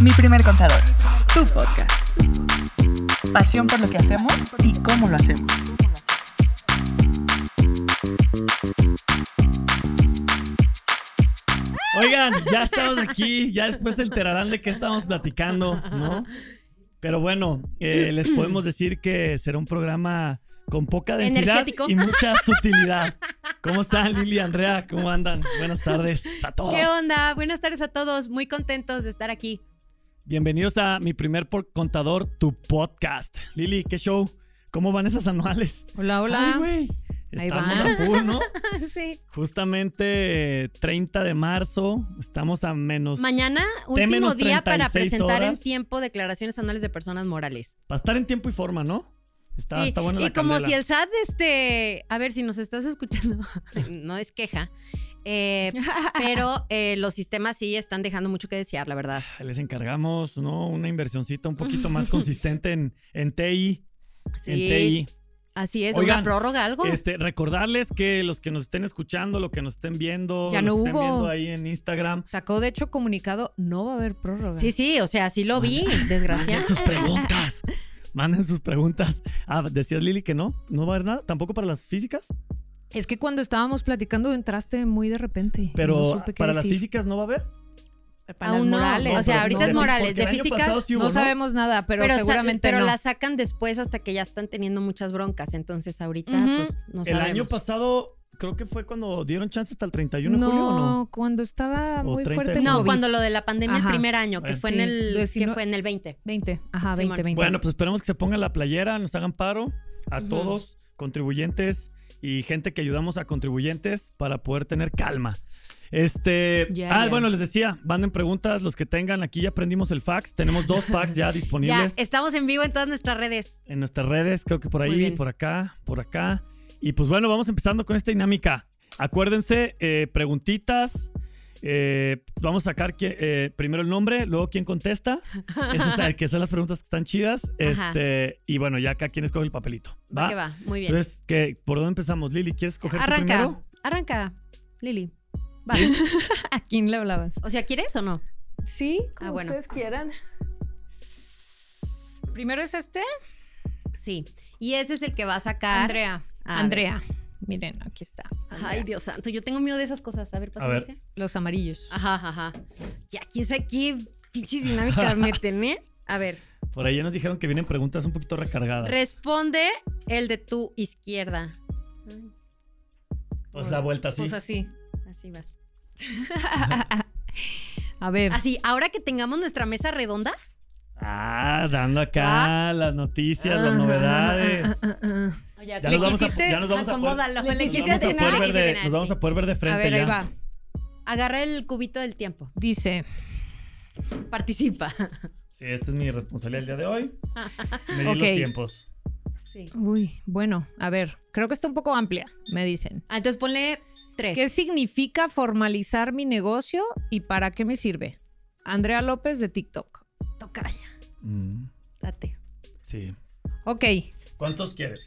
Mi primer contador, tu podcast. Pasión por lo que hacemos y cómo lo hacemos. Oigan, ya estamos aquí, ya después se enterarán de qué estamos platicando, ¿no? Pero bueno, eh, les podemos decir que será un programa con poca densidad Energético. y mucha sutilidad. ¿Cómo están Lili y Andrea? ¿Cómo andan? Buenas tardes a todos. ¿Qué onda? Buenas tardes a todos. Muy contentos de estar aquí. Bienvenidos a mi primer por- contador, tu podcast. Lili, ¿qué show? ¿Cómo van esas anuales? Hola, Ay, hola. güey. Ahí Estamos van. a full, ¿no? Sí. Justamente eh, 30 de marzo, estamos a menos... Mañana, Ten último Pues, menos día para 36 presentar en horas. tiempo declaraciones anuales de personas morales. Para estar en tiempo y forma, ¿no? Está, Sí, está buena y la como candela. si el SAT, este, a ver, si nos estás escuchando, no es queja, eh, pero eh, los sistemas sí están dejando mucho que desear, la verdad. Les encargamos, ¿no? Una inversioncita un poquito más consistente en, en TI. En Sí, TI. así es, Oigan, una prórroga, Uh. algo. Este, recordarles que los que nos estén escuchando, los que nos estén viendo, Ya los no que estén hubo. viendo ahí en Instagram, Sacó de hecho comunicado, no va a haber prórroga. Sí, sí, o sea, sí lo vi, manden desgraciado. sus preguntas. Manden sus preguntas. Ah, decías Lili que no, no va a haber nada, tampoco para las físicas, Es que cuando estábamos platicando entraste muy de repente. pero no supe qué para las decir. físicas no va a haber. Para las Aún no, morales, o sea, no. ahorita De es fi- moral. morales, porque de el año físicas pasado sí hubo, No sabemos nada, pero, sa- seguramente pero no. la sacan después hasta que ya están teniendo muchas broncas. Entonces ahorita Ujú. pues no El sabemos. año pasado creo que fue cuando dieron chance hasta el 31 de no, julio o no. cuando estaba O muy 30 fuerte de el No, COVID. cuando lo de la pandemia Ajá. el primer año, que Bueno, fue sí, en el que 19 fue en el 20. 20, ajá, Simón. 20, 20. Bueno, pues esperemos que se ponga la playera, nos hagan paro a Ujú. todos, contribuyentes y gente que ayudamos a contribuyentes para poder tener calma. Este, Ya, ah, ya. bueno, les decía, manden preguntas los que tengan, aquí ya aprendimos el fax, tenemos dos fax ya Ya disponibles estamos en vivo en todas nuestras redes. en nuestras redes, creo que por Muy ahí, bien. por acá, por acá. Y pues bueno, vamos empezando con esta dinámica. Acuérdense, eh, preguntitas. eh, vamos a sacar qui- eh, primero el nombre, luego quién contesta. Esa está- que son las preguntas que están chidas. Ajá. Este, y bueno, ya acá quién escoge el papelito. Va ¿va? que va, muy bien. Entonces, ¿qué- ¿por dónde empezamos? Lili, ¿quieres escoger tú arranca, primero? arranca, Lili. Va. ¿A quién le hablabas? O sea, ¿quieres o no? Sí, como bueno. ustedes quieran. Primero es este, Sí. Y ese es el que va a sacar. Andrea. A Andrea. Miren, aquí está. ver. Ay, Dios santo, yo tengo miedo de esas cosas. A ver, pásame A ver. ese. Los amarillos. Ajá, ajá. Ya, quién sabe qué pinches dinámicas meten, ¿eh? A ver. Por ahí ya nos dijeron que vienen preguntas un poquito recargadas. Responde el de tu izquierda. pues la vuelta así. Pues así. Así vas. A ver. Así, ahora que tengamos nuestra mesa redonda, Ah, dando acá las noticias, las novedades. Ah, ah, ah, ah. Oh, ya, Ya Le nos vamos a- quisiste- ya nos vamos a poder- acomódalo. le Le Nos quisiste quise vamos, a atinar, atinar, poder le ver quise de, atinar, nos vamos sí. a poder ver de frente A ver, ya. ahí va. Agarra el cubito del tiempo. Dice, Participa. Sí, esta es mi responsabilidad el día de hoy. Medir Ok. los tiempos. Sí. uy, bueno, a ver, creo que está un poco amplia, me dicen. Ah, entonces ponle tres. ¿Qué significa formalizar mi negocio y para qué me sirve? Andrea López de TikTok. Tocaya. Mm, Date. sí. Ok, ¿Cuántos quieres?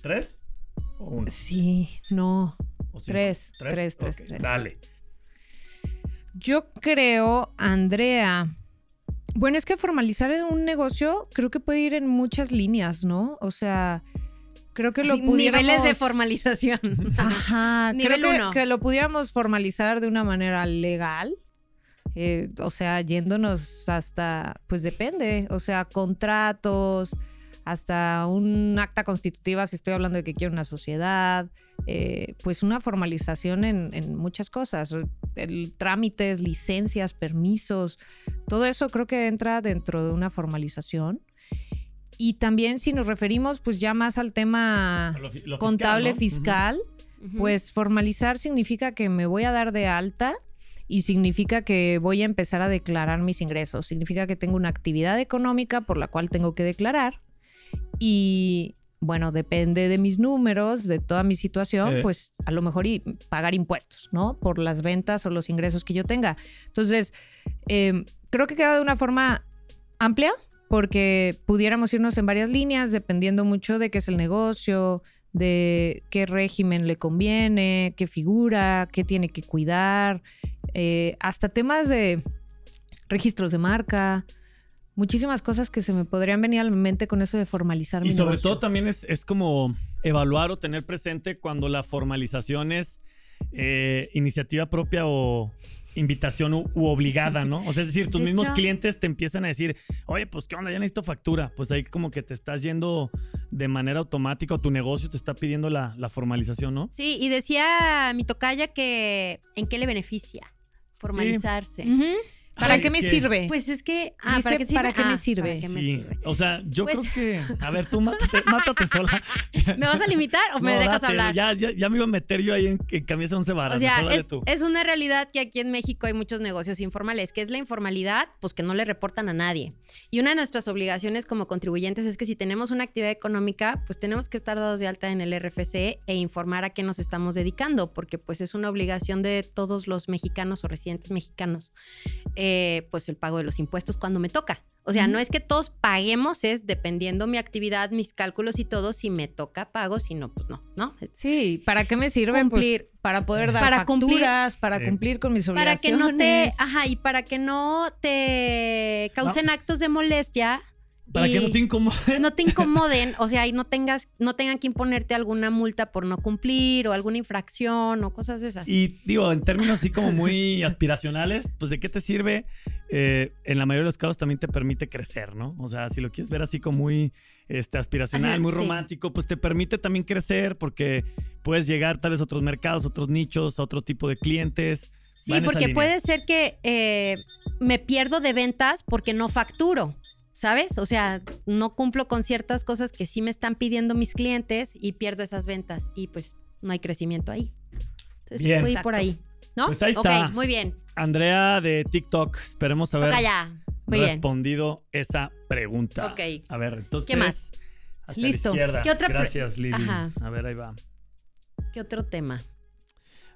¿Tres? ¿O uno? sí, no. ¿O tres, tres, tres, Ok, tres. Dale. Yo creo, Andrea. Bueno, es que formalizar un negocio creo que puede ir en muchas líneas, ¿no? O sea, creo que lo Así, pudiéramos... Niveles de formalización. Ah, Ajá, creo Nivel que- uno. que, lo pudiéramos formalizar de una manera legal. eh, o sea, yéndonos hasta, pues depende, o sea, contratos, hasta un acta constitutiva, si estoy hablando de que quiero una sociedad, eh, pues una formalización en, en muchas cosas, el- trámites, licencias, permisos, todo eso creo que entra dentro de una formalización. Y también si nos referimos pues ya más al tema Lo fi- lo contable ¿no? fiscal, pues formalizar significa que me voy a dar de alta y significa que voy a empezar a declarar mis ingresos. Significa que tengo una actividad económica por la cual tengo que declarar. Y bueno, depende de mis números, de toda mi situación, Eh. pues a lo mejor y pagar impuestos, ¿no? Por las ventas o los ingresos que yo tenga. Entonces, eh, creo que queda de una forma amplia porque pudiéramos irnos en varias líneas dependiendo mucho de qué es el negocio, de qué régimen le conviene, qué figura, qué tiene que cuidar, eh, hasta temas de registros de marca, muchísimas cosas que se me podrían venir a la mente con eso de formalizar Y mi sobre negocio. todo también es, es como evaluar o tener presente cuando la formalización es eh, iniciativa propia o invitación u, u obligada, ¿no? O sea, es decir, tus De mismos hecho- clientes te empiezan a decir, oye, pues qué onda, ya necesito factura. Pues ahí como que te estás yendo de manera automática o tu negocio te está pidiendo la, la formalización, ¿no? Sí, y decía mi tocaya que en qué le beneficia formalizarse. Ujú. ¿Para Ay, qué es me que- sirve? Pues es que. Ah, Dice, ¿para qué, sirve? ¿para qué me Ah, sirve? ¿para qué me Sí. sirve? O sea, yo Pues- creo que. A ver, tú mátate, mátate sola. ¿Me vas a limitar o me No, dejas date, hablar? Ya, ya, ya me iba a meter yo ahí en, en camisa once varas. O sea, mejor dale es, tú. es una realidad que aquí en México hay muchos negocios informales, que es la informalidad, pues que no le reportan a nadie. Y una de nuestras obligaciones como contribuyentes es que si tenemos una actividad económica, pues tenemos que estar dados de alta en el RFC e informar a qué nos estamos dedicando, porque pues es una obligación de todos los mexicanos o residentes mexicanos, eh, pues el pago de los impuestos cuando me toca. O sea, Ujú. no es que todos paguemos, es dependiendo mi actividad, mis cálculos y todo, si me toca pago, si no, pues no, ¿no? sí, ¿para qué me sirven? Pues, Cumplir. para poder dar Para cumplir. facturas, para Sí. cumplir con mis para obligaciones. que no te ajá y para que no te causen actos de molestia Para que y- no te incomoden. no te incomoden o sea y no tengas no tengan que imponerte alguna multa por no cumplir o alguna infracción o cosas de esas Y digo, en términos así como muy aspiracionales, pues de qué te sirve, Eh, en la mayoría de los casos también te permite crecer, ¿no? O sea, si lo quieres ver así como muy este, aspiracional, Ajá, muy sí. romántico, pues te permite también crecer porque puedes llegar tal vez a otros mercados, otros nichos, a otro tipo de clientes. sí va en esa porque línea. puede ser que eh, me pierdo de ventas porque no facturo ¿Sabes? O sea, no cumplo con ciertas cosas que sí me están pidiendo mis clientes y pierdo esas ventas y pues no hay crecimiento ahí. Entonces, Bien. puede ir por ahí. ¿No? Pues ahí está. Ok, muy bien. Andrea de TikTok, esperemos haber Toca ya. Muy bien. respondido esa pregunta. Ok. A ver, entonces. ¿Qué más? hacia la Listo. izquierda. ¿Qué otra pre- Gracias, Lili. Ajá. A ver, ahí va. ¿Qué otro tema?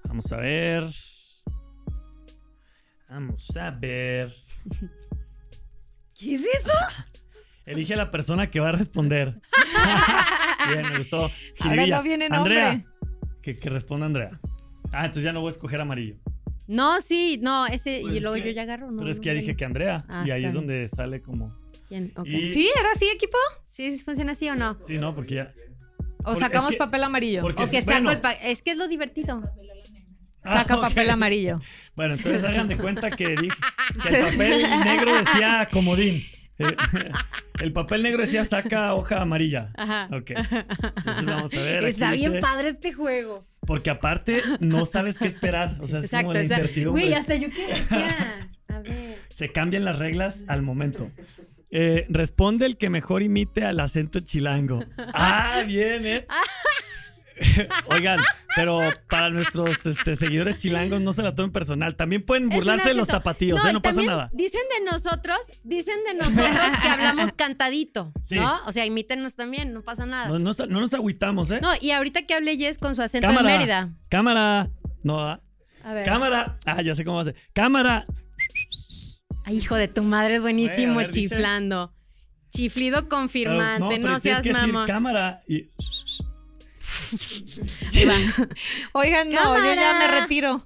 Vamos a ver. Vamos a ver. ¿Qué es eso? Elige a la persona que va a responder. Bien, me gustó. Jiribilla. Ahora no viene nombre. Andrea. Que, que responda Andrea. Ah, entonces ya no voy a escoger amarillo. No, sí, no, ese. Pues y es luego que- yo ya agarro, ¿no? Pero es que ya dije que Andrea. Ah, y ahí está es bien. donde sale como. ¿Quién? Ok. Y- ¿Sí? ¿Era así, equipo? ¿Sí funciona así o no? Sí, no, porque ya. ¿O Porque- sacamos es que- papel amarillo? porque- O que sí, saco bueno. el pa- Es que es lo divertido. Saca Ah, ok. papel amarillo. Bueno, entonces hagan de cuenta que dije. que el papel negro decía comodín. Eh, El papel negro decía saca hoja amarilla. Ajá. Ok. Entonces vamos a ver. Está aquí bien dice- padre este juego. Porque aparte no sabes qué esperar. O sea, es Exacto, como la o sea, incertidumbre. Güey, hasta yo quiero. ya. A ver. Se cambian las reglas al momento. Eh, responde el que mejor imite al acento chilango. Ah, bien, ¿eh? Oigan, pero para nuestros este, seguidores chilangos no se la tomen personal. También pueden Es burlarse de un los acento. tapatíos, ¿eh? y No pasa también nada. Dicen de nosotros, dicen de nosotros que hablamos cantadito, Sí. ¿no? O sea, imítenos también, no pasa nada. No, No, no sa- no nos agüitamos, ¿eh? y ahorita que hable Jess con su acento Cámara. de Mérida. Cámara. No, ¿ah? A ver. cámara. Ah, ya sé cómo va a ser. Cámara. Ay, hijo de tu madre, es buenísimo Güey, a ver, dice- chiflando. Chiflido confirmante, Ah, pero no, tienes seas que decir mamón. cámara y. Ahí va. Oigan, no, yo ya me Cámara. retiro.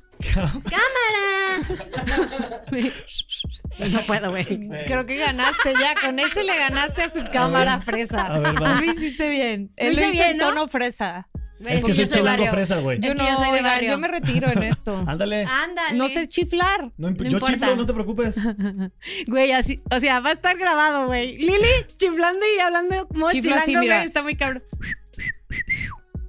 no puedo, güey. Creo que ganaste ya. Con ese le ganaste a su cámara fresa. Ah. A ver, va. Tú lo hiciste bien. Él hice lo hizo bien, en ¿no? tono fresa. Güey, Es que yo soy soy chilango barrio. fresa, güey. Yo que no, yo soy de oigan, barrio. yo me retiro en esto. Ándale. Ándale. no sé chiflar. No, imp- no yo importa. chiflo, no te preocupes. Güey, así, o sea, va a estar grabado, güey. Lili chiflando y hablando como Chiflo chilango, así, mira. güey, está muy cabrón.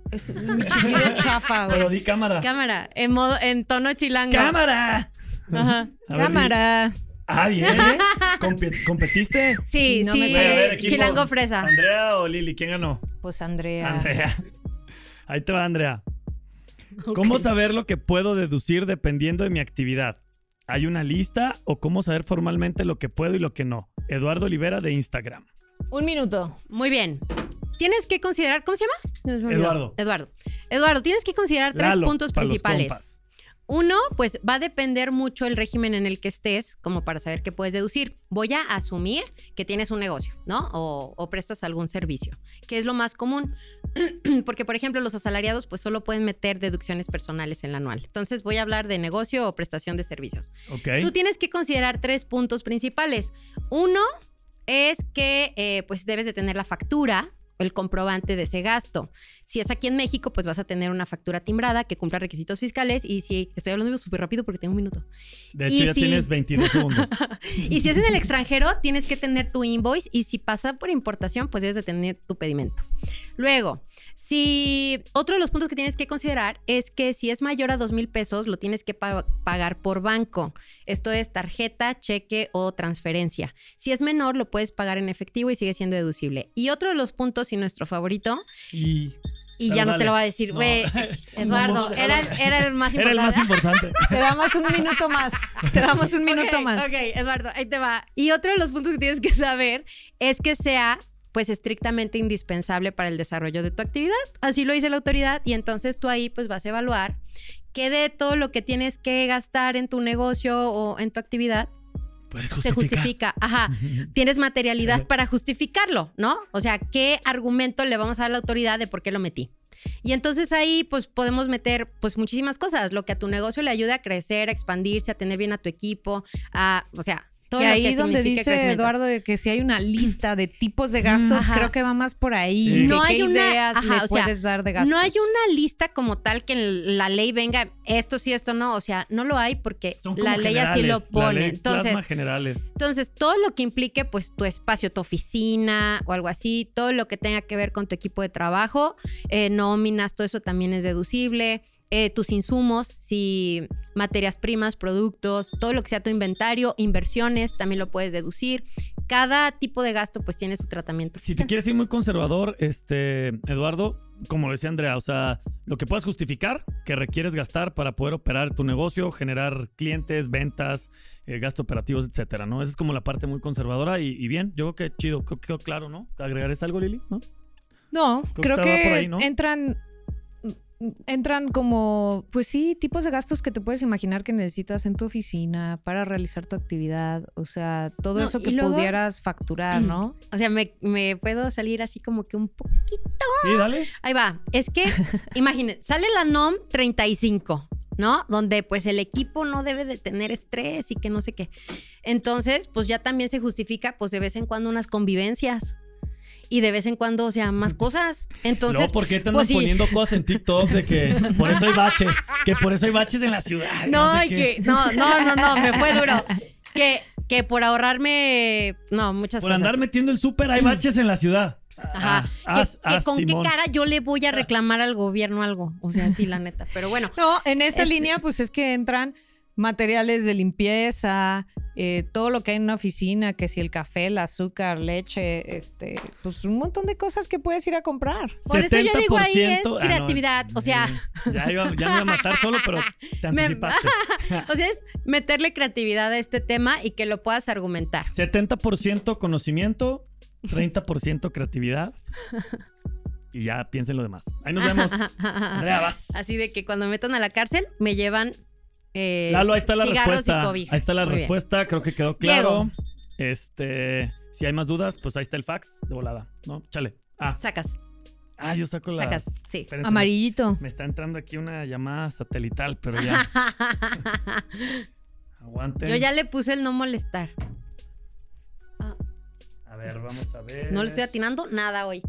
Es un chiflido chafa, güey. Pero di cámara. Cámara, en modo, en tono chilango. ¡Cámara! Ajá. A ver, Cámara. di- ah, bien. Compi- ¿Competiste? Sí, No me sí, sale. Güey, a ver, equipo. chilango fresa. ¿Andrea o Lili? ¿Quién ganó? Pues Andrea. Andrea. Ahí te va, Andrea. ¿Cómo saber lo que puedo deducir dependiendo de mi actividad? ¿Hay una lista o cómo saber formalmente lo que puedo y lo que no? Eduardo Olivera de Instagram. Un minuto. Muy bien. Tienes que considerar, ¿cómo se llama? Se me olvidó. Eduardo. Eduardo. Eduardo, tienes que considerar tres Lalo, puntos para los principales. compas. Uno, pues va a depender mucho el régimen en el que estés, como para saber qué puedes deducir. Voy a asumir que tienes un negocio, ¿no? O, o prestas algún servicio, que es lo más común. Porque, por ejemplo, los asalariados pues solo pueden meter deducciones personales en la anual. Entonces voy a hablar de negocio o prestación de servicios. Tú Ok. tienes que considerar tres puntos principales. Uno es que eh, pues debes de tener la factura o el comprobante de ese gasto. Si es aquí en México, pues vas a tener una factura timbrada que cumpla requisitos fiscales y si estoy hablando súper rápido porque tengo un minuto. De hecho, y ya sí. tienes 22 segundos. Y si es en el extranjero, tienes que tener tu invoice y si pasa por importación, pues debes de tener tu pedimento. Luego, si otro de los puntos que tienes que considerar es que si es mayor a dos mil pesos, lo tienes que pa- pagar por banco. Esto es tarjeta, cheque o transferencia. Si es menor, lo puedes pagar en efectivo y sigue siendo deducible. Y otro de los puntos y nuestro favorito, Y y Pero ya no te dale. lo va a decir, No. güey, No, Eduardo, vamos a dejarlo. era, el- era el más importante. era el más importante. Te damos un minuto más. Te damos un minuto Ok, más. Ok, Eduardo, ahí te va. Y otro de los puntos que tienes que saber es que sea pues estrictamente indispensable para el desarrollo de tu actividad. Así lo dice la autoridad y entonces tú ahí pues vas a evaluar que de todo lo que tienes que gastar en tu negocio o en tu actividad Puedes se justifica. Ajá. Tienes materialidad para justificarlo, ¿no? O sea, ¿qué argumento le vamos a dar a la autoridad de por qué lo metí? Y entonces ahí pues podemos meter pues muchísimas cosas, lo que a tu negocio le ayude a crecer, a expandirse, a tener bien a tu equipo, a, o sea, todo y lo ahí que donde signifique dice crecimiento. Eduardo de que si hay una lista de tipos de gastos, Ajá. creo que va más por ahí. Sí. de No qué hay una- ideas ajá, le o sea, puedes dar de gastos. No hay una lista como tal que en la ley venga esto sí, esto no, o sea, no lo hay porque la ley así lo pone. Entonces, generales. Entonces, todo lo que implique, pues, tu espacio, tu oficina o algo así, todo lo que tenga que ver con tu equipo de trabajo, eh, nóminas, todo eso también es deducible. eh, tus insumos, si materias primas, productos, todo lo que sea tu inventario, inversiones, también lo puedes deducir. Cada tipo de gasto, pues, tiene su tratamiento. Si te quieres ir muy conservador, este, Eduardo, como lo decía Andrea, o sea, lo que puedas justificar que requieres gastar para poder operar tu negocio, generar clientes, ventas, eh, gasto operativos, etcétera, ¿no? Esa es como la parte muy conservadora y, y bien, yo creo que chido, creo que quedó claro, ¿no? ¿Agregarías algo, Lili? ¿No? No, que creo va que por ahí, ¿no? entran entran como pues sí, tipos de gastos que te puedes imaginar que necesitas en tu oficina para realizar tu actividad, o sea, todo No, eso y que luego- pudieras facturar, ¿no? O sea, me, me puedo salir así como que un poco. Sí, dale. Ahí va. Es que, imagínense, sale la NOM 35, ¿no? Donde pues el equipo no debe de tener estrés y que no sé qué. Entonces, pues ya también se justifica pues de vez en cuando unas convivencias y de vez en cuando, o sea, más cosas. Entonces, Luego, ¿por qué te andas pues sí. poniendo cosas en TikTok de que por eso hay baches? Que por eso hay baches en la ciudad. y no, pues, sé ay, qué. que- no, no, no, no, me fue duro. Que, que por ahorrarme, no, muchas Por cosas. andar metiendo el súper hay baches en la ciudad. Ajá. Ah, que, as- que as, con Simón. qué cara yo le voy a reclamar al gobierno algo. O sea, sí, la neta. Pero bueno, No, en esa Es- línea, pues es que entran materiales de limpieza, eh, todo lo que hay en una oficina, que si el café, el azúcar, leche, este, pues un montón de cosas que puedes ir a comprar. Por eso yo digo ahí es 70%. creatividad, o sea. Ah, eh, Ya, iba- ya me iba a matar solo, pero te Me- anticipaste. O sea, es meterle creatividad a este tema y que lo puedas argumentar. 70% conocimiento, 30% creatividad. Y ya piensen lo demás. Ahí nos vemos. Andrea, vas. Así de que cuando me metan a la cárcel, me llevan. eh, Lalo, ahí está la cigarros Y respuesta. Ahí cobijas. está la Muy bien. respuesta. Creo que quedó claro. Este, si hay más dudas, pues ahí está el fax de volada. No, chale. Ah, Sacas, ah yo saco la. sacas, sí. Espérense, Amarillito. Me está entrando aquí una llamada satelital, pero ya. Aguanten. Yo ya le puse el no molestar. A ver, vamos a ver. No le estoy atinando nada hoy.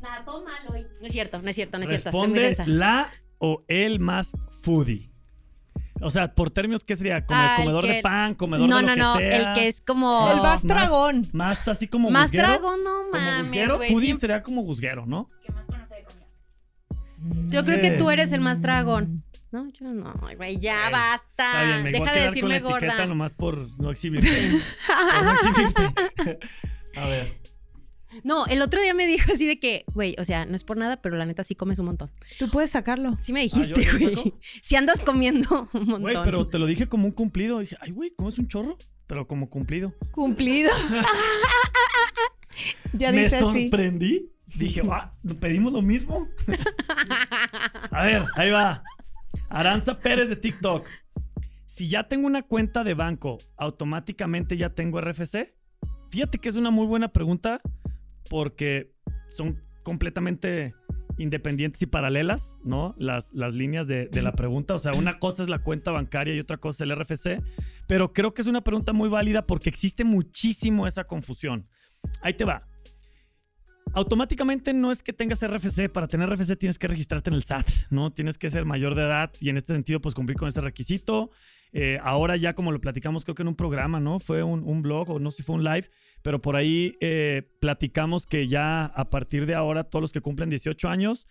Nada, todo mal hoy. No es cierto, no es cierto, no es cierto. Estoy muy Responde densa. la o el más foodie. O sea, por términos, ¿qué sería? Como Ah, el el comedor que- de pan, comedor No, de lo no, no. que sea. El que es como. El más- bastragón. Más así como Más guzguero. dragón, no Como mames. guzguero. güey, foodie siempre- sería como guzguero, ¿no? Yo creo que Sí. tú eres el más dragón. No, yo no, ay, güey, ya Ey, basta. Está bien, me voy Deja a quedar con la de Ah, decirme etiqueta gorda. nomás por no exhibirte. por no exhibirte. a ver. No, el otro día me dijo así de que, güey, o sea, no es por nada, pero la neta sí comes un montón. Tú puedes sacarlo. Sí me Ah, ¿yo- dijiste, yo güey. saco? si andas comiendo un montón. Güey, pero te lo dije como un cumplido. Dije, ay, güey, ¿cómo es un chorro? Pero como cumplido. Cumplido. ya me dice así. sorprendí. "Ah, Dije, va, pedimos lo mismo. A ver, ahí va. Aranza Pérez de TikTok. Si ya tengo una cuenta de banco, ¿automáticamente ya tengo RFC? Fíjate que es una muy buena pregunta porque son completamente independientes y paralelas, ¿no? Las, las líneas de, de la pregunta. O sea, una cosa es la cuenta bancaria y otra cosa es el RFC. Pero creo que es una pregunta muy válida porque existe muchísimo esa confusión. Ahí te va. Automáticamente no es que tengas RFC. Para tener RFC tienes que registrarte en el SAT, ¿no? Tienes que ser mayor de edad y en este sentido, pues cumplir con ese requisito. Eh, ahora ya como lo platicamos, creo que en un programa, ¿no? Fue un, un blog o no sé si fue un live, pero por ahí eh, platicamos que ya a partir de ahora todos los que cumplen 18 años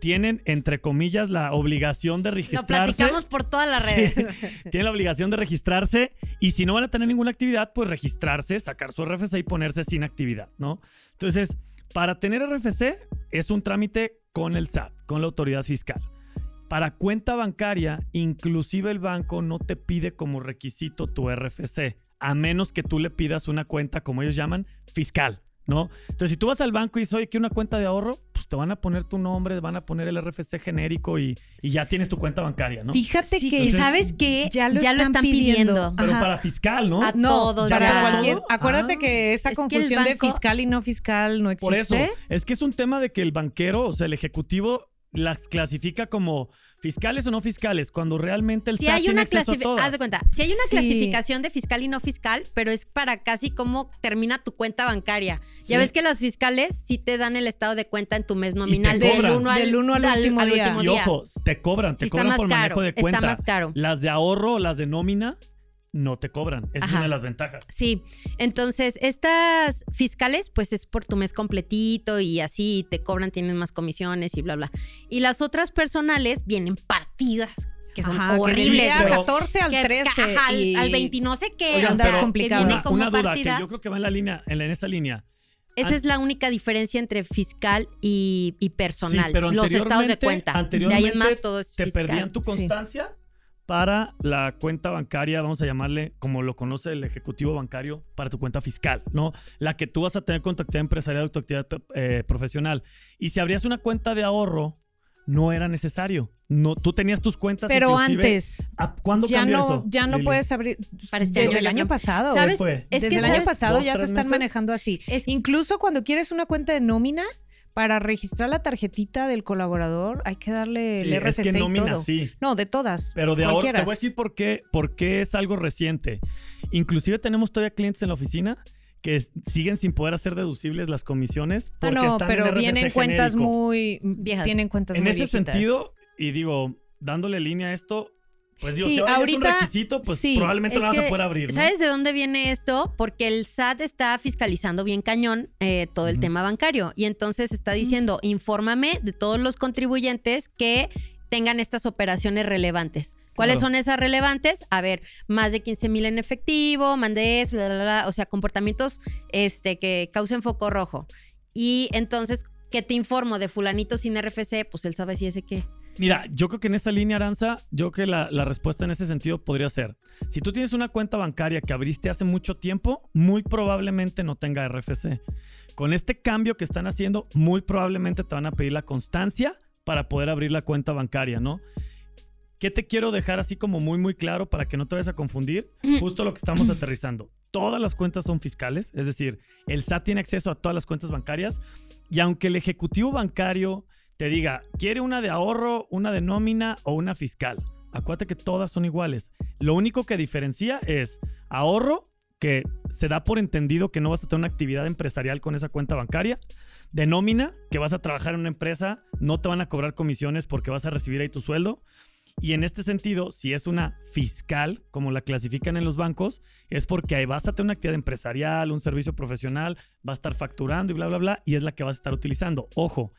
tienen, entre comillas, la obligación de Lo registrarse. platicamos por todas las Sí. redes. Tienen la obligación de registrarse y si no van a tener ninguna actividad, pues registrarse, sacar su RFC y ponerse sin actividad, ¿no? Entonces, para tener RFC es un trámite con el SAT, con la autoridad fiscal. Para cuenta bancaria, inclusive el banco no te pide como requisito tu RFC, a menos que tú le pidas una cuenta, como ellos llaman, fiscal, ¿no? Entonces, si tú vas al banco y dices, oye, quiero una cuenta de ahorro, pues te van a poner tu nombre, van a poner el RFC genérico y, y ya tienes tu cuenta bancaria, ¿no? Fíjate Sí, que Entonces, ¿sabes qué? ya lo están pidiendo. Pero Ajá. para fiscal, ¿no? A todos, ya. para ¿Ya cualquier- todo? Acuérdate Ah, que esa es que el confusión banco- de fiscal y no fiscal no Por eso, existe. es que es un tema de que el banquero, o sea, el ejecutivo las clasifica como fiscales o no fiscales, cuando realmente el si SAT hay tiene una acceso a clasificación, todas. haz de cuenta, si hay una Sí. clasificación de fiscal y no fiscal, pero es para casi cómo termina tu cuenta bancaria. Sí. Ya ves que las fiscales sí te dan el estado de cuenta en tu mes nominal te del cobran. 1 al, Del uno al último día. Y ojo, te cobran, te Sí está cobran más por manejo caro, de está cuenta. más caro. Las de ahorro o las de nómina no te cobran. Esa es Ajá. una de las ventajas. Sí, entonces estas fiscales pues es por tu mes completito y así te cobran, tienen más comisiones y bla bla. Y las otras personales vienen partidas, que son Ajá, que horribles. del pero- día güey. 14 al Que 13. caja, al, y- al 20 no sé qué. Oigan, o pero- sea, que complicado. viene Una, como una duda partidas. que yo creo que va en la línea, en, la- en esa línea. Esa es la única diferencia entre fiscal y, y personal. Sí, pero los estados de anteriormente- cuenta. De ahí en anteriormente más todo es te fiscal. perdían tu sí. constancia para la cuenta bancaria, vamos a llamarle como lo conoce el ejecutivo bancario, para tu cuenta fiscal, ¿no? La que tú vas a tener con tu actividad empresarial o tu actividad eh, profesional. Y si abrías una cuenta de ahorro, no era necesario. No, tú tenías tus cuentas. Pero inclusive- antes, ¿A- ¿Cuándo ya cambió no, eso, ya no Lili? puedes abrir. Para este desde año el ya año no. pasado. ¿Sabes? ¿Qué fue? Es Desde que el ¿sabes? año pasado ¿Dos, ya se tres están meses? manejando así. Es- Incluso cuando quieres una cuenta de nómina, para registrar la tarjetita del colaborador, hay que darle Sí, el RFC es que y nómina, todo. sí. No, de todas. Pero de ahora cualquiera. te voy a decir por qué, por qué es algo reciente. Inclusive tenemos todavía clientes en la oficina que s- siguen sin poder hacer deducibles las comisiones Ah, porque no, están en pero RFC vienen cuentas genérico. muy Viejas. Tienen cuentas En muy ese viejitas. sentido, y digo, dándole línea a esto, pues digo, Sí, si ahora ya es un ahorita- requisito, pues sí, probablemente es lo vas a que, poder abrir, ¿no? ¿Sabes de dónde viene esto? Porque el SAT está fiscalizando bien cañón eh, todo el Ujú. tema bancario y entonces está diciendo, infórmame de todos los contribuyentes que tengan estas operaciones relevantes. ¿Cuáles Claro. son esas relevantes? A ver, más de 15 mil en efectivo, mandé, eso, bla, bla, bla, o sea, comportamientos este, que causen foco rojo. Y entonces, ¿qué te informo de fulanito sin RFC? Pues él sabe si ese qué. Mira, yo creo que en esa línea, Aranza, yo creo que la, la respuesta en ese sentido podría ser, si tú tienes una cuenta bancaria que abriste hace mucho tiempo, muy probablemente no tenga RFC. Con este cambio que están haciendo, muy probablemente te van a pedir la constancia para poder abrir la cuenta bancaria, ¿no? ¿Qué te quiero dejar así como muy, muy claro para que no te vayas a confundir? Justo lo que estamos aterrizando. Todas las cuentas son fiscales, es decir, el SAT tiene acceso a todas las cuentas bancarias y aunque el ejecutivo bancario te diga, quiere una de ahorro, una de nómina o una fiscal, acuérdate que todas son iguales. Lo único que diferencia es ahorro, que se da por entendido que no vas a tener una actividad empresarial con esa cuenta bancaria, de nómina, que vas a trabajar en una empresa, no te van a cobrar comisiones porque vas a recibir ahí tu sueldo. Y en este sentido, si es una fiscal, como la clasifican en los bancos, es porque ahí vas a tener una actividad empresarial, un servicio profesional, va a estar facturando y bla, bla, bla, y es la que vas a estar utilizando. Ojo,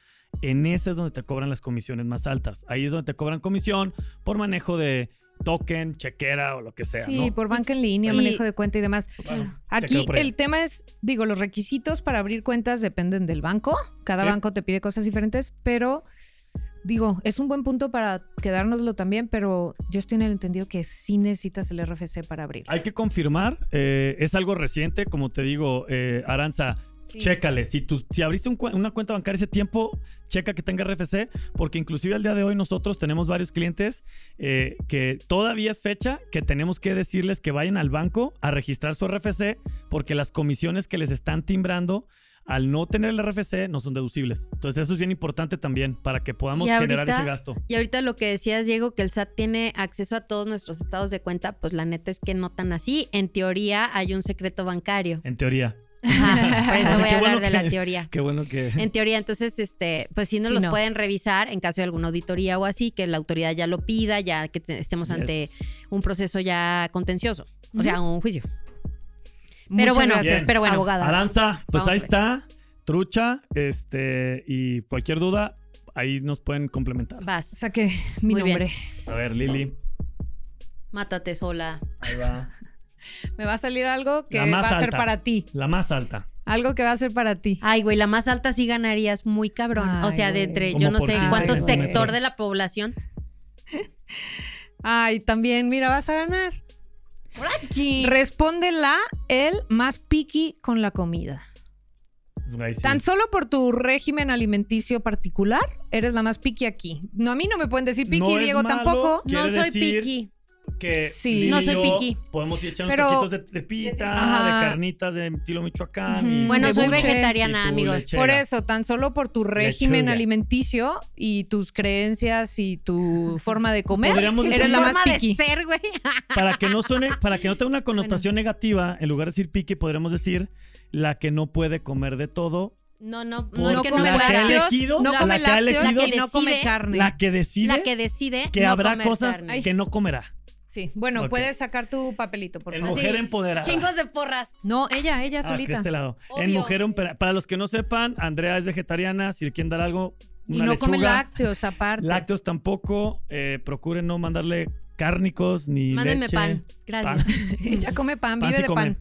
en esa es donde te cobran las comisiones más altas. Ahí es donde te cobran comisión por manejo de token, chequera o lo que sea. sí, ¿no? por banca en línea, Y- manejo de cuenta y demás. Bueno, se quedó Aquí por ahí. el tema es, digo, los requisitos para abrir cuentas dependen del banco. Cada Sí. banco te pide cosas diferentes, pero digo, es un buen punto para quedárnoslo también, pero yo estoy en el entendido que sí necesitas el Ah, RFC para abrir. Hay que confirmar, eh, es algo reciente, como te digo, eh, Aranza, Sí. Chécale, si, tú, si abriste un cuen- una cuenta bancaria ese tiempo, checa que tenga RFC, porque inclusive al día de hoy nosotros tenemos varios clientes eh, que todavía es fecha que tenemos que decirles que vayan al banco a registrar su RFC, porque las comisiones que les están timbrando al no tener el RFC no son deducibles. Entonces eso es bien importante también para que podamos Y generar ahorita- ese gasto. Y ahorita lo que decías, Diego, que el SAT tiene acceso a todos nuestros estados de cuenta, pues la neta es que no tan así. En teoría hay un secreto bancario. En teoría. Ajá, Por eso voy Qué a bueno hablar de la que- teoría. Qué bueno que... En teoría, entonces, este, pues sí nos Sí, los no. pueden revisar en caso de alguna auditoría o así, que la autoridad ya lo pida, ya que te- estemos ante Yes. un proceso ya contencioso, o sea, un juicio. Muchas bueno, gracias, pero bueno. abogada. Aranza, pues Vamos a ahí ver. está. Trucha, este, y cualquier duda, ahí nos pueden complementar. O Vas, sea que mi Muy bien. nombre. A ver, Lili. mátate sola. Ahí va. Me va a salir algo que La más va a ser alta. para ti. La más alta. Algo que va a ser para ti. Ay, güey, la más alta sí ganarías muy cabrón. o Ay, sea, de güey. entre, Como yo no por sé 15 cuánto centímetros. sector de la población. Ay, también, mira, vas a ganar. Respóndela el más piqui con la comida. Ahí sí. Tan solo por tu régimen alimenticio particular, eres la más piqui aquí. No, a mí no me pueden decir piqui, No es Diego malo. tampoco. No Quiere soy decir- piqui. Que Sí. Lili y No soy yo piqui. Podemos ir echando Pero- taquitos de, de pita, Ajá. de carnitas, de estilo Michoacán. Ujú. y- Bueno, de soy buche. Y vegetariana, tú, amigos. leche. Por Llega. eso, tan solo por tu régimen Lechuga. alimenticio y tus creencias y tu forma de ¿eh? comer, Podríamos eres decir- la más Forma de piqui. ser, güey. Para que no suene, para que no tenga una connotación negativa, en lugar de decir piqui, podremos decir la que no puede comer de todo, No, no, no Por es que no come la que pueda. ha lácteos, elegido, no la come que ha lácteos elegido, y no come decide, carne. la que decide La que decide que no habrá comer cosas carne. que no comerá. Sí, bueno, Ok. puedes sacar tu papelito, por En favor. mujer Sí. empoderada. Chingos de porras. No, ella, ella Ah, que solita. este lado. En Obvio. mujer empoderada. Para los que no sepan, Andrea es vegetariana. Si le quieren dar algo, Y una no come lechuga. lácteos aparte. Lácteos tampoco. Eh, procuren no mandarle cárnicos ni Mándenme leche. pan. Gracias. Ella come pan, Pan vive sí de come. pan.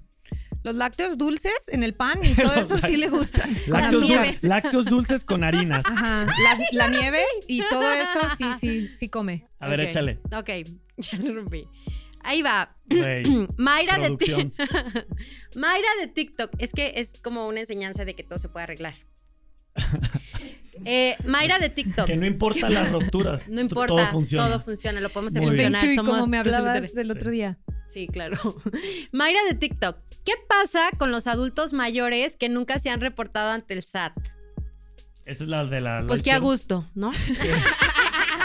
Los lácteos dulces en el pan y todo eso sí le gusta. Lácteos, Con dul- nieves. lácteos dulces con harinas. Ajá. La, la nieve y todo eso sí, sí, sí come. A ver, Ok. échale. Ok, ya lo rompí. Ahí va. Güey, Mayra de, ti- producción. Mayra de TikTok. Es que es como una enseñanza de que todo se puede arreglar. Eh, Mayra de TikTok. Que no importa las rupturas. No t- importa. Todo funciona. lo podemos hacer Muy bien. funcionar. Chuy, Somos como me los hablabas superhéroes. del otro día. Sí, claro. Mayra de TikTok. ¿Qué pasa con los adultos mayores que nunca se han reportado ante el SAT? Esa es la de la. la Pues qué a izquierda. gusto, ¿no?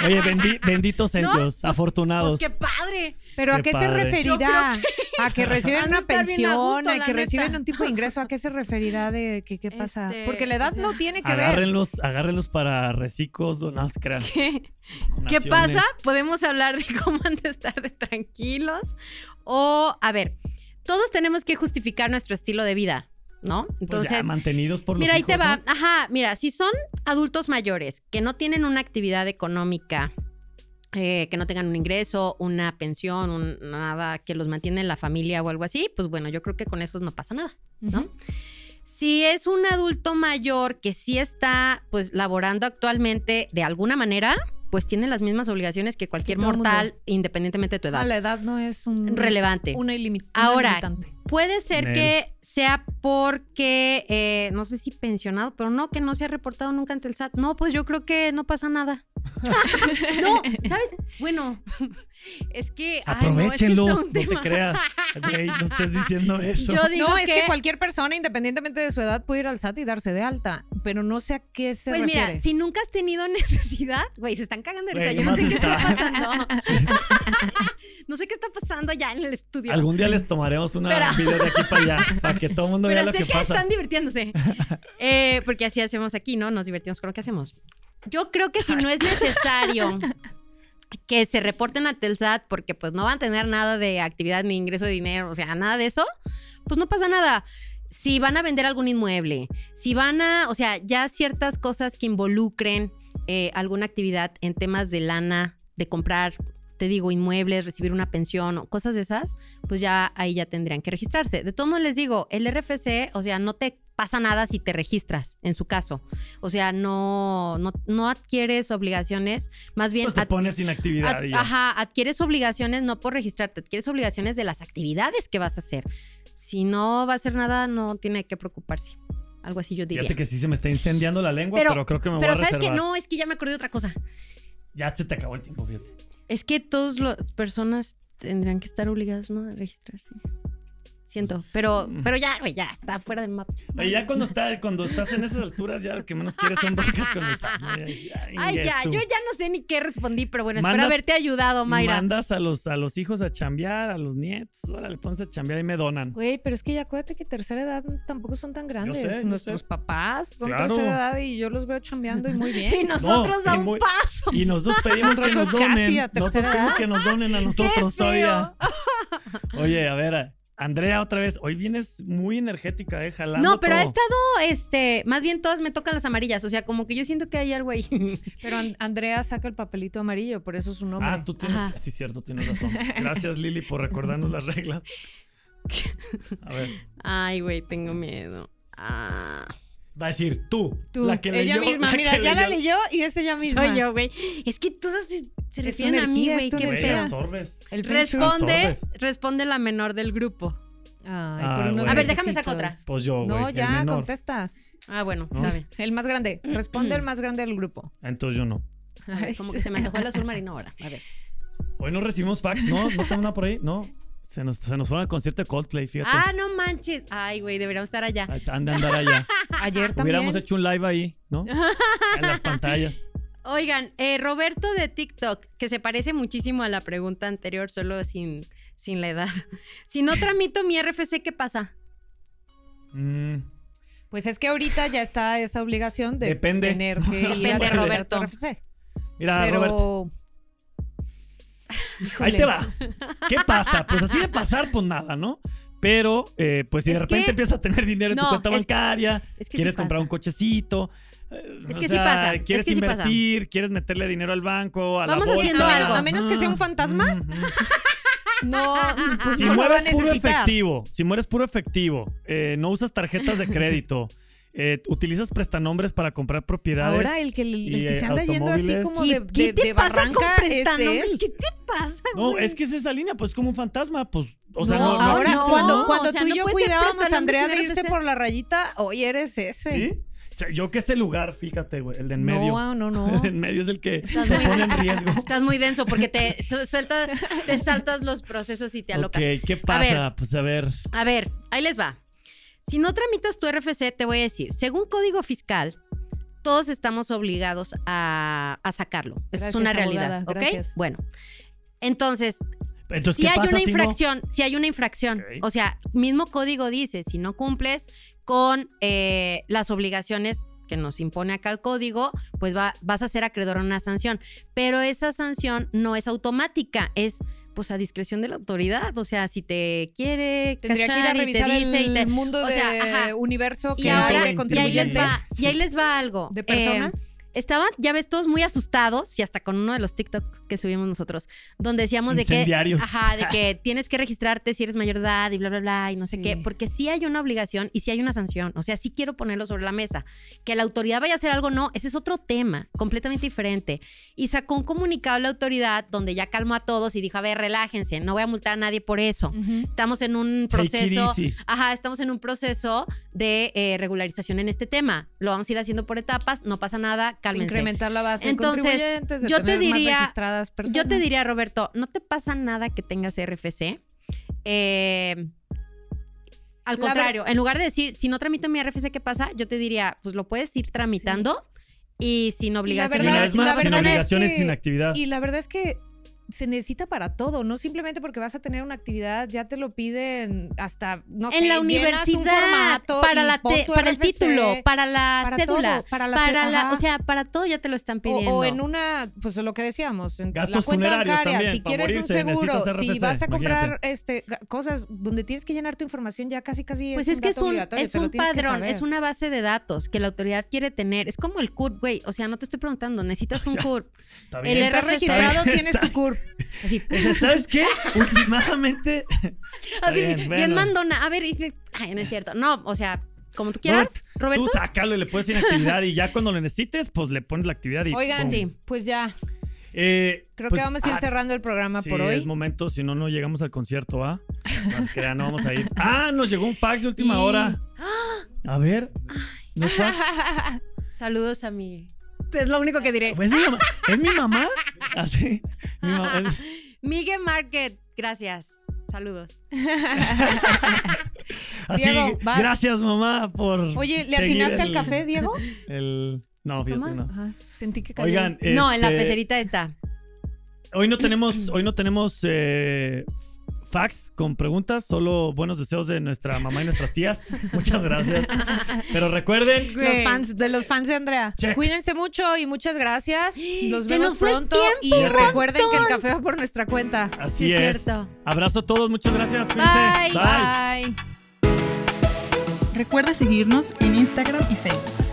Oye, bendi- benditos ellos, afortunados. Pues qué padre. Pero ¿a Qué qué se padre. referirá? ¿A que reciben Han de una estar bien a pensión? gusto, ¿A la que neta. reciben un tipo de ingreso? ¿A qué se referirá de que qué pasa? Este, Porque la edad o sea, no tiene que ver. agárrenlos, agárrenlos para recicos, don- no, no se crean. ¿Qué? ¿Qué Donaciones. pasa? Podemos hablar de cómo han de estar de tranquilos. O, a ver, todos tenemos que justificar nuestro estilo de vida, ¿no? Pues ya, Entonces, mantenidos por los mira, ahí te hijos, va. ¿no? Ajá, mira, si son adultos mayores que no tienen una actividad económica, eh, que no tengan un ingreso, una pensión, un- nada que los mantiene la familia o algo así, pues bueno, yo creo que con esos no pasa nada. ¿no? Ujú. Si es un adulto mayor que sí está pues laborando actualmente de alguna manera, pues tiene las mismas obligaciones que cualquier Que todo el mortal independientemente de tu Ah, edad. la edad no es un Relevante. Una ilimi- una Ahora, limitante. Puede ser Nel. que sea porque, eh, no sé si pensionado, pero no, que no se ha reportado nunca ante el SAT. No, pues yo creo que no pasa nada. no, ¿sabes? Bueno, es que... ay, no, es que es Aprovechenlos, todo no, un te tema. creas. Güey, no estés diciendo eso. Yo digo No, es que cualquier persona, independientemente de su edad, puede ir al SAT y darse de alta, pero no sé a qué se Pues refiere. mira, si nunca has tenido necesidad, güey, se están cagando de risa. Güey, Yo no sé nomás qué está está. pasando. no sé qué está pasando ya en el estudio. Algún día les tomaremos una Pero- video de aquí para allá, para que todo el mundo vea Pero lo sé que que, pasa. están divirtiéndose. Eh, porque así hacemos aquí, ¿no? Nos divertimos con lo que hacemos. Yo creo que si no es necesario que se reporten ante el SAT porque pues no van a tener nada de actividad ni ingreso de dinero, o sea, nada de eso, pues no pasa nada. Si van a vender algún inmueble, si van a, o sea, ya ciertas cosas que involucren eh, alguna actividad en temas de lana, de comprar, te digo, inmuebles, recibir una pensión o cosas de esas, pues ya ahí ya tendrían que registrarse. De todos modos les digo, el RFC, o sea, no te pasa nada si te registras, en su caso. O sea, no, no, no adquieres obligaciones, más bien Pues te ad- pones sin actividad. Ad- y ya. ajá, adquieres obligaciones no por registrarte, adquieres obligaciones de las actividades que vas a hacer. Si no va a hacer nada, no tiene que preocuparse. Algo así yo diría. Fíjate que sí se me está incendiando la lengua, pero, Pero- creo que me Pero voy a sabes que reservar. no, es que ya me acordé de otra cosa. Ya se te acabó el tiempo, fíjate. Es que todas las personas tendrían que estar obligadas, ¿no? A registrarse. Siento, pero, pero ya, güey, ya está fuera del mapa. Mm. Oye, ya cuando, está, cuando estás en esas alturas, ya lo que menos quieres son broncas con el Ay, ya, yo ya no sé ni qué respondí, pero bueno, espero Mandas- haberte ayudado, Mayra. Mandas a los, a los hijos a chambear, a los nietos, órale, ponse a chambear y me donan. Güey, pero es que ya acuérdate que tercera edad tampoco son tan grandes. sé, yo Nuestros sé. papás son Claro. tercera edad y yo los veo chambeando y muy bien. Y nosotros No, a y un muy- paso. Y nosotros pedimos que nos Nosotros donen. casi a nosotros tercera pedimos edad. que nos donen a nosotros todavía. Oye, a ver, a- Andrea, otra vez. Hoy vienes muy energética, eh, jalando. No, pero ha todo. estado, este, más bien todas me tocan las amarillas. O sea, como que yo siento que hay algo ahí. Pero An- Andrea saca el papelito amarillo, por eso es su nombre. Ah, tú tienes. Ajá. Sí, cierto, tienes razón. Gracias, Lili, por recordarnos las reglas. A ver, Ay, güey, tengo miedo. Ah. va a decir tú. Tú, la que ella leyó, misma, la mira, que ya la leyó y es ella misma. Soy yo, güey. Es que todas se, se tu refieren a mí, energía, es güey. tu Qué Güey, energía. pedo. absorbes. El feng shui. Responde, Absorbes. responde la menor del grupo. Ay, Ah, por unos güey. A ver, déjame sacar otra. besitos. Pues yo, güey. No, el ya menor. contestas. Ah, bueno, No. está bien. El más grande. Responde el más grande del grupo. Ah, Entonces yo no. A ver, Ay, como que se me antojó el azul marino ahora. A ver. Hoy no recibimos fax, ¿no? ¿No tengo nada por ahí? No. Se nos, se nos fueron al concierto de Coldplay, fíjate. Ah, no manches. Ay, güey, deberíamos estar allá. Han de andar allá. Ayer también. Hubiéramos hecho un live ahí, ¿no? En las pantallas. Oigan, eh, Roberto de TikTok, que se parece muchísimo a la pregunta anterior, solo sin, sin la edad. Si no tramito mi RFC, ¿qué pasa? Mm, Pues es que ahorita ya está esa obligación de Depende. Ah, tener que ir a Depende, Roberto. RFC. Mira, Robert, Pero ahí te va. ¿Qué pasa? Pues así de pasar, pues nada, ¿no? Pero, eh, pues si de Es repente que- empiezas a tener dinero en tu No, cuenta es- bancaria, Es que sí quieres pasa. comprar un cochecito. eh, Es o que sí sea, pasa, es Quieres que sí pasa. invertir, quieres meterle dinero al banco, a Vamos la bolsa. haciendo algo. A menos que sea un fantasma. Ujú. no, pues Si no lo va a mueres puro necesitar. efectivo, si mueres puro efectivo, eh, no usas tarjetas de crédito, eh, utilizas prestanombres para comprar propiedades. Ahora el que, el y, que se eh, anda yendo así automóviles. como de, de- de barranca es prestanombres? él. ¿Qué te pasa, no, güey? es que es esa línea, pues como un fantasma, pues, o sea, no, no, no ahora existe, cuando, ¿no? cuando O sea, tú y no yo puede ser cuidábamos a prestanombres Andrea sin de irse RFC. por la rayita, hoy eres ese. ¿Sí? O sea, Yo que ese lugar, fíjate, güey, el de en medio. No, ah, no, no. El de en medio es el que te Estás muy- pone en riesgo. Estás muy denso porque te su- sueltas, te saltas los procesos y te Ok, alocas. ¿qué pasa? pues a ver. A ver, ahí les va. Si no tramitas tu RFC, te voy a decir, según código fiscal, todos estamos obligados a, a sacarlo. Esa es Gracias, una abogada, realidad, ¿ok? gracias. Bueno. Entonces, Entonces, si ¿qué hay pasa una si no? infracción, si hay una infracción, Ok. o sea, mismo código dice, si no cumples con eh, las obligaciones que nos impone acá el código, pues va- vas a ser acreedor a una sanción. Pero esa sanción no es automática, es pues a discreción de la autoridad. O sea, si te quiere Tendría que ir a cachar y te revisar dice el y te... mundo o de sea, ajá. universo Y que ahora- hay de y Y ahí les va, contribuyentes. y ahí les va algo. ¿De Eh, personas? estaban, ya ves, todos muy asustados y hasta con uno de los TikToks que subimos nosotros, donde decíamos de que, Incendiarios. ajá, de que tienes que registrarte si eres mayor de edad y bla, bla, bla, y no sé Sí. qué, porque sí hay una obligación y sí hay una sanción. O sea, sí quiero ponerlo sobre la mesa. Que la autoridad vaya a hacer algo, no, ese es otro tema completamente diferente. Y sacó un comunicado la autoridad donde ya calmó a todos y dijo, a ver, relájense, no voy a multar a nadie por eso. Em, Ujú. Estamos en un Take it proceso easy. Ajá, estamos en un proceso de eh, regularización en este tema. Lo vamos a ir haciendo por etapas, no pasa nada, cálmense. Incrementar la base Entonces, de contribuyentes, de yo te tener más diría- registradas personas. Yo te diría, Roberto, no te pasa nada que tengas RFC. Eh, al La contrario, en lugar de decir, si no tramito mi RFC, ¿qué pasa? Yo te diría, pues lo puedes ir tramitando y sin obligación. Ni verdad- la en es la más, sin verdad es obligaciones, que- sin actividad. Y la verdad es que se necesita para todo, no simplemente porque vas a tener una actividad, ya te lo piden hasta, no sé, en la llenas un universidad, formato para, y la te- pon tu para el RFC, título, para la para cédula, todo, para la, para cé- la, ajá. o sea, para todo ya te lo están O- pidiendo. O, en una, pues lo que decíamos, en Gastos la cuenta funerarios bancaria, también, si para quieres morirse, un seguro, necesitas si RFC, vas a comprar imagínate. este ga- cosas donde tienes que llenar tu información, ya casi casi Pues es, es un que es dato un, obligatorio, es te lo un tienes que padrón, saber. es una base de datos que la autoridad quiere tener. Es como el CURP, güey. O sea, no te estoy preguntando, necesitas un CURP. Está Si bien. el estás RFC. registrado, Está- tienes tu CURP. Así, O sea, ¿Sabes qué? Últimamente. así, bien, bien, bueno. mandona. A ver, y que- ay, no es cierto. No, o sea, como tú quieras, Roberto. Tú sácalo y le puedes ir actividad y ya cuando lo necesites, pues le pones la actividad y. Oigan, ¡pum! sí, pues ya, Eh, creo pues, que vamos a ir ah, cerrando el programa sí, por hoy. es momento, si no, no Ah, llegamos al concierto, ¿va? No, que ya no vamos a ir. Ah, nos llegó un fax de última Y- hora. A ver. ¿no estás? Saludos a mi. Es lo único que diré. ¿Es, mi mamá? ¿Es mi mamá? Así. mi mamá- es- Miguel Market, gracias. Saludos. así, Diego, vas. gracias mamá por. Oye, ¿le seguir atinaste al el- café, Diego? el- No, fíjate, no. Ay, sentí que cayó. Oigan, No, en la este, pecerita está. Hoy no tenemos, hoy no tenemos eh, fax con preguntas, solo buenos deseos de nuestra mamá y nuestras tías. Muchas gracias. Pero recuerden, Los fans, de los fans de Andrea. Check. Cuídense mucho y muchas gracias. Los Se vemos nos fue el pronto. y tiempo, recuerden que el café va por nuestra cuenta. así Sí, es es. cierto. Abrazo a todos, muchas gracias. Bye. Bye. Bye. Recuerda seguirnos en Instagram y Facebook.